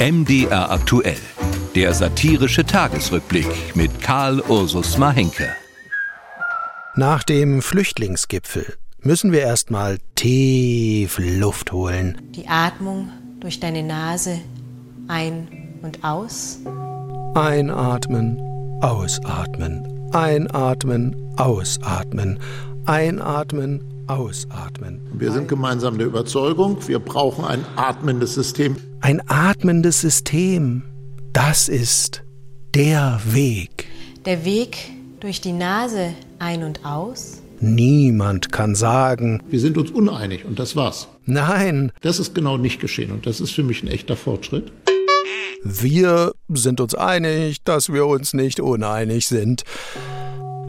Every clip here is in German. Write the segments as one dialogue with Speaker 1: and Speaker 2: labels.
Speaker 1: MDR aktuell. Der satirische Tagesrückblick mit Karl Ursus Mahenke.
Speaker 2: Nach dem Flüchtlingsgipfel müssen wir erstmal tief Luft holen.
Speaker 3: Die Atmung durch deine Nase ein und aus.
Speaker 2: Einatmen, ausatmen, einatmen, ausatmen, einatmen, ausatmen.
Speaker 4: Wir sind gemeinsam der Überzeugung, wir brauchen ein atmendes System.
Speaker 2: Ein atmendes System, das ist der Weg.
Speaker 3: Der Weg durch die Nase ein und aus.
Speaker 2: Niemand kann sagen,
Speaker 4: Wir sind uns uneinig und das war's.
Speaker 2: nein,
Speaker 4: Das ist genau nicht geschehen und das ist für mich ein echter Fortschritt.
Speaker 2: wir sind uns einig, dass wir uns nicht uneinig sind.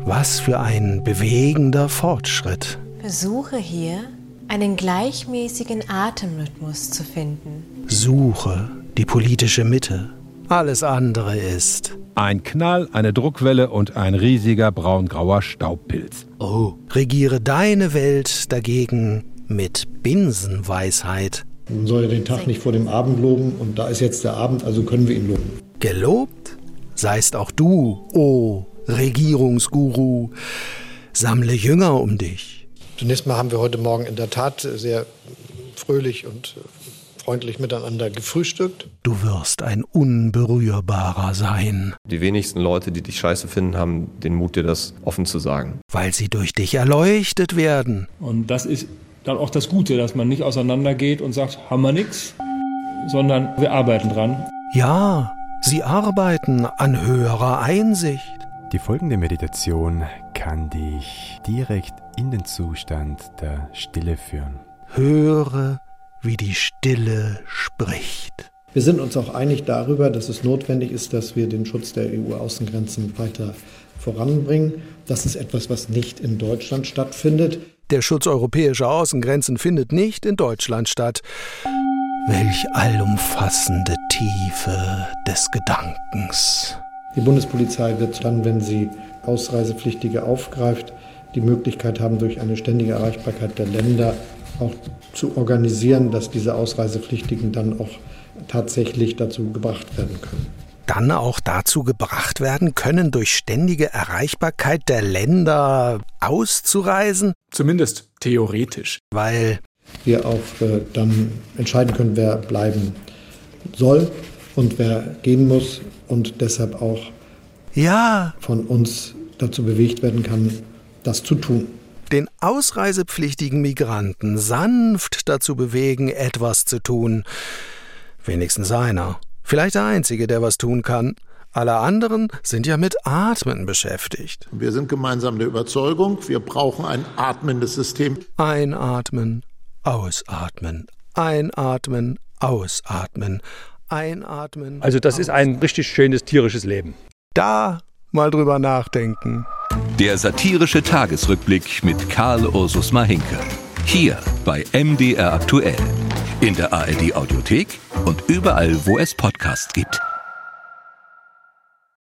Speaker 2: Was für ein bewegender Fortschritt.
Speaker 3: Versuche hier einen gleichmäßigen Atemrhythmus zu finden.
Speaker 2: Suche die politische Mitte. Alles andere ist.
Speaker 5: Ein Knall, eine Druckwelle und ein riesiger braungrauer Staubpilz.
Speaker 2: Oh. Regiere deine Welt dagegen mit Binsenweisheit.
Speaker 6: Man soll ja den Tag nicht vor dem Abend loben und da ist jetzt der Abend, also können wir ihn loben.
Speaker 2: Gelobt seist auch du, o Regierungsguru. Sammle Jünger um dich.
Speaker 7: Zunächst mal haben wir heute Morgen in der Tat sehr fröhlich und freundlich miteinander gefrühstückt.
Speaker 2: Du wirst ein Unberührbarer sein,
Speaker 8: Die wenigsten Leute, die dich scheiße finden, haben den Mut, dir das offen zu sagen.
Speaker 2: weil sie durch dich erleuchtet werden.
Speaker 9: Und das ist dann auch das Gute, dass man nicht auseinandergeht und sagt, haben wir nix, sondern wir arbeiten dran.
Speaker 2: Ja, sie arbeiten an höherer Einsicht.
Speaker 10: Die folgende Meditation kann dich direkt in den Zustand der Stille führen.
Speaker 2: Höre, wie die Stille spricht.
Speaker 6: Wir sind uns auch einig darüber, dass es notwendig ist, dass wir den Schutz der EU-Außengrenzen weiter voranbringen. Das ist etwas, was nicht in Deutschland stattfindet.
Speaker 2: Der Schutz europäischer Außengrenzen findet nicht in Deutschland statt. Welch allumfassende Tiefe des Gedankens.
Speaker 6: Die Bundespolizei wird dann, wenn sie Ausreisepflichtige aufgreift, die Möglichkeit haben, durch eine ständige Erreichbarkeit der Länder auch zu organisieren, dass diese Ausreisepflichtigen dann auch tatsächlich dazu gebracht werden können.
Speaker 2: Dann auch dazu gebracht werden können, durch ständige Erreichbarkeit der Länder auszureisen,
Speaker 9: Zumindest theoretisch.
Speaker 2: weil
Speaker 6: wir auch äh, dann entscheiden können, wer bleiben soll und wer gehen muss und deshalb auch
Speaker 2: ja,
Speaker 6: von uns dazu bewegt werden kann, das zu tun.
Speaker 2: den ausreisepflichtigen Migranten sanft dazu bewegen, etwas zu tun. Wenigstens einer. Vielleicht der Einzige, der was tun kann. Alle anderen sind ja mit Atmen beschäftigt.
Speaker 4: Wir sind gemeinsam der Überzeugung, wir brauchen ein atmendes System.
Speaker 2: Einatmen, ausatmen, einatmen, ausatmen, einatmen.
Speaker 11: Also das ist ein richtig schönes tierisches Leben.
Speaker 2: Da mal drüber nachdenken.
Speaker 1: Der satirische Tagesrückblick mit Karl Ursus Mahenke. Hier bei MDR aktuell. In der ARD Audiothek und überall, wo es Podcasts gibt.